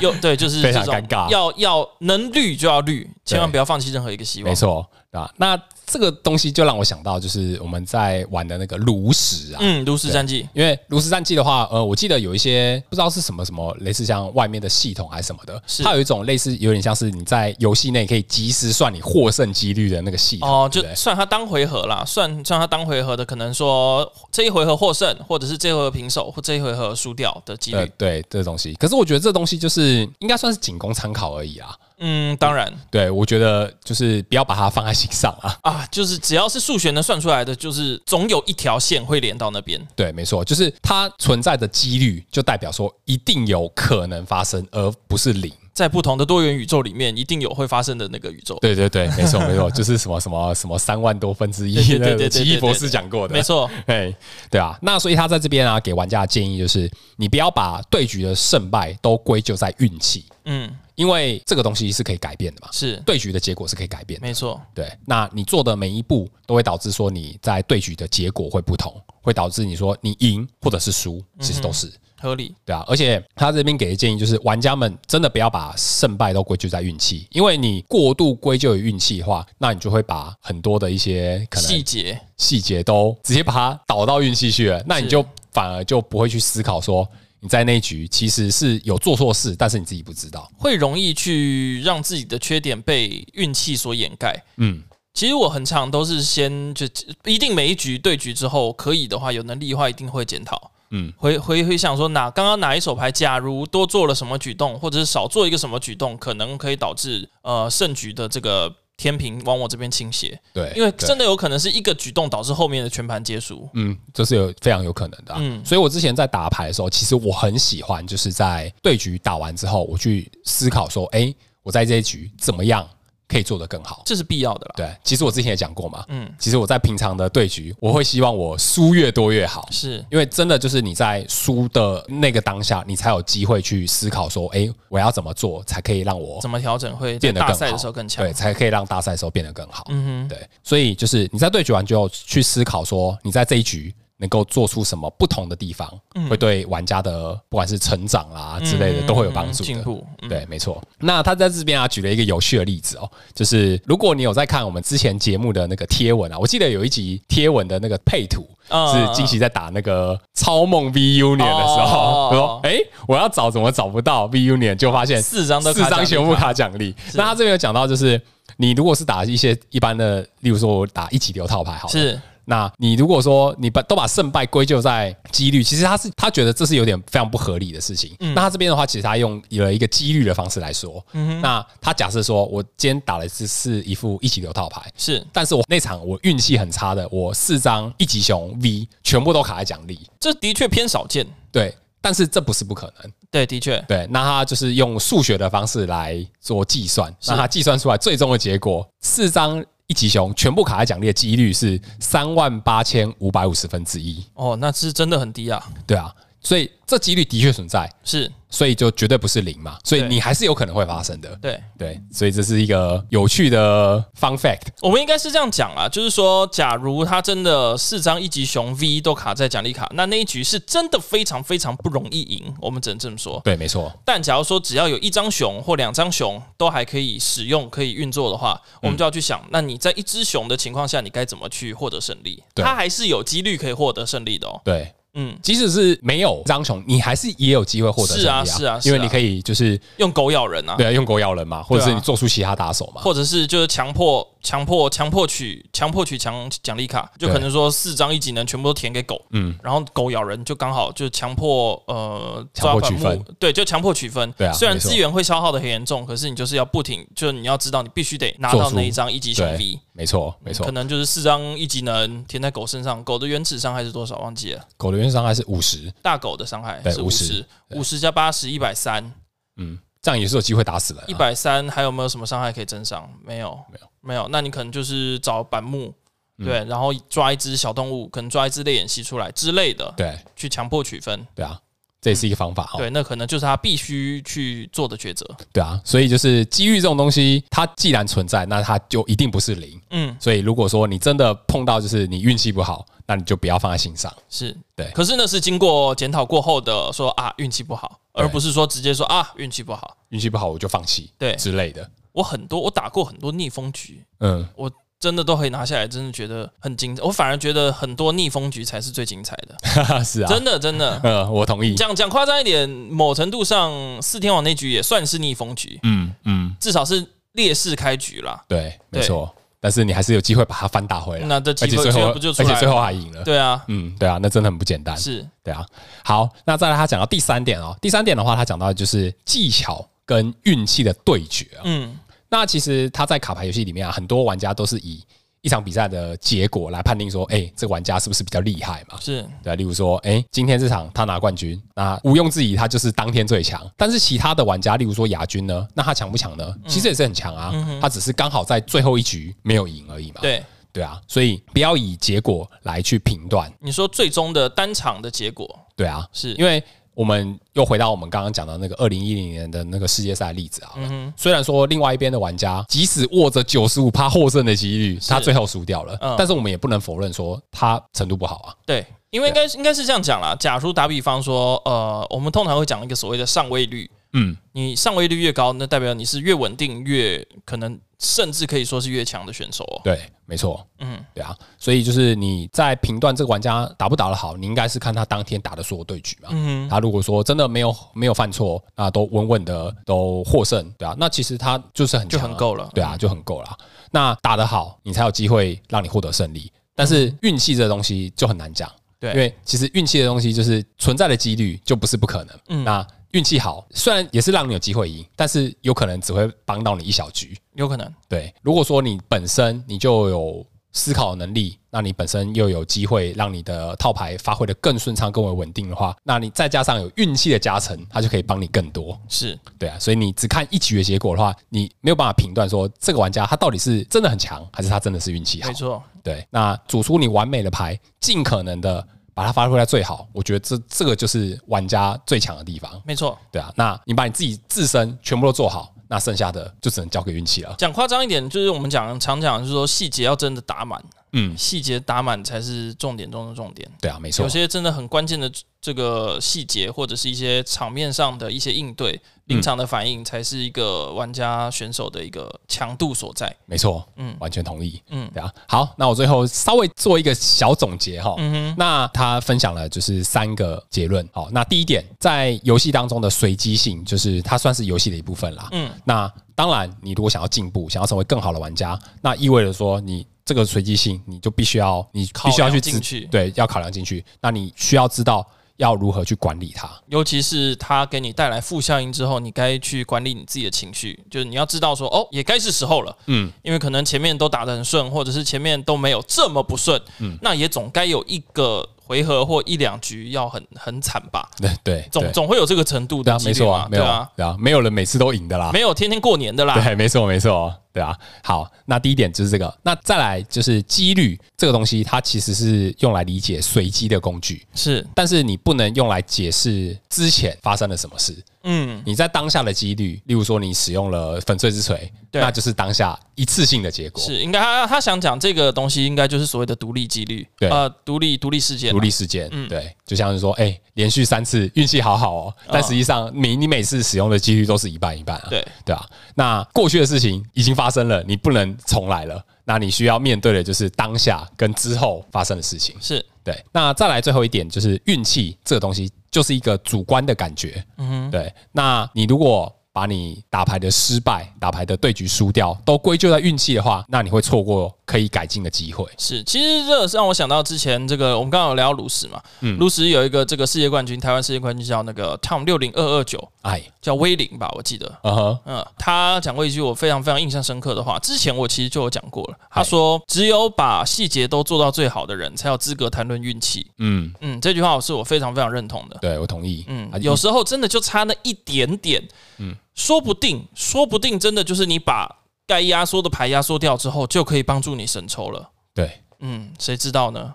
又对，就是非这常种尴尬要要能绿就要绿，千万不要放弃任何一个希望。没，错，对吧？那这个东西就让我想到，就是我们在玩的那个炉石啊。嗯，炉石战绩，因为炉石战记的话，呃，我记得有一些不知道是什么什么，类似像外面的系统还是什么的，是它有一种类似有点像是你在游戏内可以及时算你获胜几率的那个系统，哦，对就不对算他当回合啦，算算他当回合的，可能说这一回合获胜，或者是这一回合平手，或这一回合输掉的几呃率。对这东西。可是我觉得这东西就是应该算是仅供参考而已啊。嗯，当然对，我觉得就是不要把它放在心上啊。 啊，就是只要是数学能算出来的，就是总有一条线会连到那边。对，没错，就是它存在的几率，就代表说一定有可能发生，而不是零。在不同的多元宇宙里面，一定有会发生的那个宇宙。对对对，没错没错，就是什么什么什么三万多分之一，对对对对对对奇异博士讲过的，没。错，哎，对啊，那所以他在这边啊，给玩家的建议就是，你不要把对局的胜败都归咎在运气，嗯，因为这个东西是可以改变的嘛，是对局的结果是可以改变的。没错。对，那你做的每一步都会导致说你在对局的结果会不同，会导致你说你赢或者是输，其嗯实都是。合理，对啊，而且他这边给的建议就是，玩家们真的不要把胜败都归咎在运气，因为你过度归咎于运气的话，那你就会把很多的一些可细能节细节都直接把它导到运气去了，那你就反而就不会去思考说你在那一局其实是有做错事，但是你自己不知道。会容易去让自己的缺点被运气所掩盖。嗯，其实我很常都是先就一定每一局对局之后，可以的话有能力的话一定会检讨，嗯，会会会想说哪刚刚哪一手牌，假如多做了什么举动，或者是少做一个什么举动，可能可以导致呃胜局的这个天平往我这边倾斜，对，因为哎对真的有可能是一个举动导致后面的全盘皆输。嗯，这是有非常有可能的、嗯嗯，所以我之前在打牌的时候，其实我很喜欢，就是在对局打完之后，我去思考说，哎、我在这一局怎么样可以做得更好。这是必要的啦，对，其实我之前也讲过嘛，嗯嗯，其实我在平常的对局，我会希望我输越多越好，是因为真的就是你在输的那个当下，你才有机会去思考说，哎、我要怎么做才可以让我怎么调整会在变得更大好，赛的时候更强对，？才可以让大赛的时候变得更好。嗯哼，对，所以就是你在对局完就要去思考说，你在这一局能够做出什么不同的地方，会对玩家的不管是成长啦之类的、嗯都会有帮助进的。步，嗯对，没错。那他在这边啊举了一个有趣的例子哦，就是如果你有在看我们之前节目的那个贴文啊，我记得有一集贴文的那个配图嗯是惊喜在打那个超梦 V Union 的时哦候，我 说哎、诶我要找怎么找不到 V Union，就发现四张都四卡奖张励全部卡卡奖励。那他这边有讲到，就是你如果是打一些一般的，例如说我打一级流套牌好了，是那你如果说你把都把胜败归咎在几率，其实他是他觉得这是有点非常不合理的事情。嗯那他这边的话，其实他用了一个几率的方式来说。那他假设说我今天打的是是一副一级流套牌，是，但是我那场我运气很差的，我四张一级熊 V 全部都卡在奖励，这的确偏少见。对。但是这不是不可能，对，的确，对，那他就是用数学的方式来做计算，那他计算出来最终的结果，四张一级熊全部卡在奖励的几率是三万八千五百五十分之一。哦，那是真的很低啊。对啊，所以这几率的确存在，是所以就绝对不是零嘛，所以对你还是有可能会发生的。对。对，所以这是一个有趣的 fun fact。我们应该是这样讲啦，啊就是说，假如他真的四张一级熊 V 都卡在奖励卡，那那一局是真的非常非常不容易赢，我们只能这么说。对，没错，但假如说只要有一张熊或两张熊都还可以使用、可以运作的话，我们就要去想，那你在一只熊的情况下，你该怎么去获得胜利？对它还是有几率可以获得胜利的哦。对，嗯，即使是没有张雄，你还是也有机会获得胜利啊，是啊是啊是啊因为你可以就是用狗咬人啊，对啊，用狗咬人嘛，或者是对啊你做出其他打手嘛，或者是就是强迫、强迫、强迫取、强迫取强奖励卡，就对可能说四张一技能全部都填给狗，嗯，然后狗咬人就刚好就强迫呃强迫取抓反目分，对，就强迫取分。对啊虽然没错资源会消耗的很严重，可是你就是要不停，就是你要知道你必须得拿做到出那一张一级熊 V。对，没错，没错可，能就是四张一技能填在狗身上，狗的原始伤害是多少？忘记了。狗的原伤害是五十，大狗的伤害对是五50十，五十加八十，一百三，嗯，这样也是有机会打死人、啊，一百三还有没有什么伤害可以增伤？没有，没有，没有。那你可能就是找板木，嗯对，然后抓一只小动物，可能抓一只泪眼吸出来之类的，对去强迫取分。对啊，这也是一个方法哦，嗯对，那可能就是他必须去做的抉择。对啊，所以就是机遇这种东西，它既然存在，那它就一定不是零。嗯，所以如果说你真的碰到就是你运气不好，那你就不要放在心上。是对可是那是经过检讨过后的说啊，运气不好，对而不是说直接说啊，运气不好。运气不好我就放弃，对之类的。我很多，我打过很多逆风局，嗯， 真的都可以拿下来，真的觉得很精彩。我反而觉得很多逆风局才是最精彩的， 是啊，真的真的。嗯，我同意。讲讲夸张一点，某程度上四天王那局也算是逆风局，嗯嗯，至少是劣势开局啦。对，没对错。但是你还是有机会把它翻打回来，那这而机且会最机后会不就出而且来最了？后还赢了。对啊，嗯，对啊，那真的很不简单。是对啊。好，那再来他讲到第三点哦，第三点的话，他讲到的就是技巧跟运气的对决啊。嗯那其实他在卡牌游戏里面啊，很多玩家都是以一场比赛的结果来判定说，哎、这个玩家是不是比较厉害嘛？是对啊、例如说，哎、今天这场他拿冠军，那毋庸置疑，他就是当天最强。但是其他的玩家，例如说亚军呢，那他强不强呢？嗯其实也是很强啊，他只是刚好在最后一局没有赢而已嘛。对。对啊，所以不要以结果来去评断。你说最终的单场的结果对啊，是因为我们又回到我们刚刚讲的那个二零一零年的那个世界赛的例子啊。嗯虽然说另外一边的玩家即使握着九十五趴获胜的几率，他最后输掉了，嗯但是我们也不能否认说他程度不好啊。对，因为应该应该是这样讲啦。假如打比方说，呃，我们通常会讲一个所谓的上位率，嗯，你上位率越高，那代表你是越稳定、越可能，甚至可以说是越强的选手哦。对，没错，嗯，对啊。所以就是你在评断这个玩家打不打得好，你应该是看他当天打的所有对局嘛。嗯他如果说真的没有没有犯错啊，都稳稳的都获胜，对啊，那其实他就是很就强啊很够了对啊，就很够了。那打得好，你才有机会让你获得胜利。但是运气这东西就很难讲，嗯对因为其实运气的东西就是存在的几率就不是不可能。嗯那运气好，虽然也是让你有机会赢，但是有可能只会帮到你一小局。有可能，对，如果说你本身你就有思考能力，那你本身又有机会让你的套牌发挥的更顺畅、更为稳定的话，那你再加上有运气的加成，它就可以帮你更多。是对啊，所以你只看一局的结果的话，你没有办法评断说这个玩家他到底是真的很强，还是他真的是运气好没。错，对，那组出你完美的牌，尽可能的把它发挥到最好，我觉得这这个就是玩家最强的地方。没错。对啊，那你把你自己自身全部都做好，那剩下的就只能交给运气了。讲夸张一点，就是我们讲常讲，就是说细节要真的打满，嗯，细节打满才是重点中的重点。对啊，没错有。些真的很关键的这个细节，或者是一些场面上的一些应对、嗯临场的反应，才是一个玩家选手的一个强度所在。没错，嗯嗯，完全同意，嗯嗯，对啊。好，那我最后稍微做一个小总结哈。嗯那他分享了就是三个结论，好，那第一点，在游戏当中的随机性，就是它算是游戏的一部分啦。嗯嗯，那当然，你如果想要进步，想要成为更好的玩家，那意味着说你。这个随机性，你就必须要，你必须考要量去知进去对，要考量进去。那你需要知道要如何去管理它。 尤其是它给你带来负效应之后，你该去管理你自己的情绪，就是你要知道说，哦，也该是时候了，嗯嗯，因为可能前面都打得很顺，或者是前面都没有这么不顺，嗯，那也总该有一个回合或一两局要很很惨吧，对对，总对总会有这个程度对的啊，几没率错嘛，啊，没对有啊啊，，对啊，没有人每次都赢的啦。没有天天过年的啦，对，没错没错，对啊，好，那第一点就是这个，那再来就是几率这个东西，它其实是用来理解随机的工具，是，但是你不能用来解释之前发生了什么事。嗯，你在当下的几率，例如说你使用了粉碎之锤，对那就是当下一次性的结果，是，应该他他想讲这个东西，应该就是所谓的独立几率，对呃，独立独立事件啊，独立事件。对，就像是说，哎、连续三次运气好好哦，但实际上你你每次使用的几率都是一半一半啊。嗯对对啊，那过去的事情已经发生了，你不能重来了。那你需要面对的就是当下跟之后发生的事情。是，对，那再来最后一点就是运气这个东西，就是一个主观的感觉。嗯，对。那你如果把你打牌的失败、打牌的对局输掉都归咎在运气的话，那你会错过可以改进的机会。是，其实这让我想到之前这个，我们刚刚有聊到炉石嘛，炉石有一个这个世界冠军，台湾世界冠军叫那个 Tom 六零二二九，哎，叫威灵吧，我记得。嗯哼，嗯，他讲过一句我非常非常印象深刻的话，之前我其实就有讲过了。他说：“只有把细节都做到最好的人，才有资格谈论运气。嗯，”嗯，这句话我是我非常非常认同的。对我同意。嗯啊，有时候真的就差那一点点。嗯，说不定，说不定真的就是你把该压缩的牌压缩掉之后，就可以帮助你神抽了。对， 嗯，谁知道呢？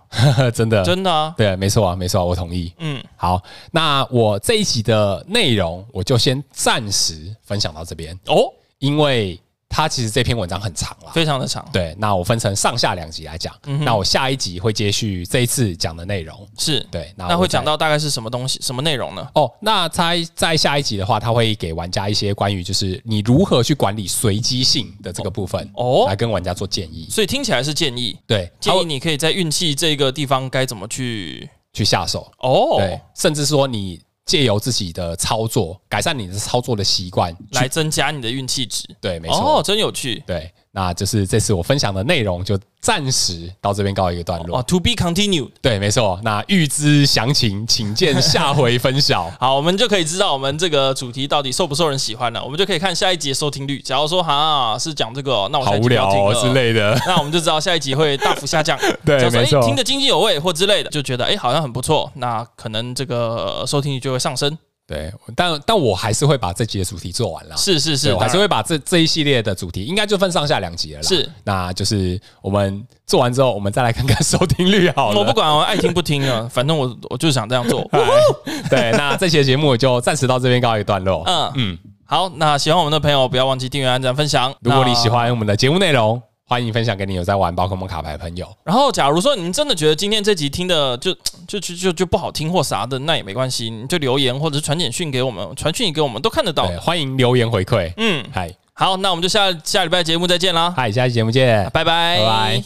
真的，真的啊。呃对，没错啊，没错、啊，我同意。嗯，好，那我这一集的内容我就先暂时分享到这边，哦，因为它其实这篇文章很长啦。非常的长，对，那我分成上下两集来讲。嗯那我下一集会接续这一次讲的内容。是。对，那那我会再讲到大概是什么东西、什么内容呢？哦，那在在下一集的话，他会给玩家一些关于就是你如何去管理随机性的这个部分哦来跟玩家做建议。所以听起来是建议，对，他建议会你可以在运气这个地方该怎么去去下手。哦，对，甚至说你借由自己的操作，改善你的操作的习惯。来增加你的运气值。对，没错。哦，真有趣对，那就是这次我分享的内容就暂时到这边告一个段落。哦。To be continued。对，没错。那预知详情，请见下回 分晓。好，我们就可以知道我们这个主题到底受不受人喜欢了。我们就可以看下一集的收听率。假如说哈是讲这个哦，那我好下一集无不要聊听哦了之。类的。那我们就知道下一集会大幅下降。 对假如说没错诶听着津津有味或之类的，就觉得哎、诶好像很不错，那可能这个呃收听率就会上升。对，但但我还是会把这集的主题做完啦。是是对是，我还是当然会把这这一系列的主题，应该就分上下两集了啦。是，那就是我们做完之后，我们再来看看收听率好了。我不管哦，爱听不听啊，反正我我就是想这样 做。嗯对，那这期的节目就暂时到这边告一 段落。嗯嗯，好，那喜欢我们的朋友不要忘记订阅、按赞、分享。 如果你喜那，欢我们的节目内容，欢迎分享给你有在玩宝可梦卡牌的朋友。然后假如说你们真的觉得今天这集听的就就就就就不好听或啥的，那也没关系，你就留言或者是传简讯给我们，传讯给我们都看得到对，。啊欢迎留言回馈。嗯，嗨好，那我们就下下礼拜节目再见啦，嗨，下期节目见，拜拜，拜拜。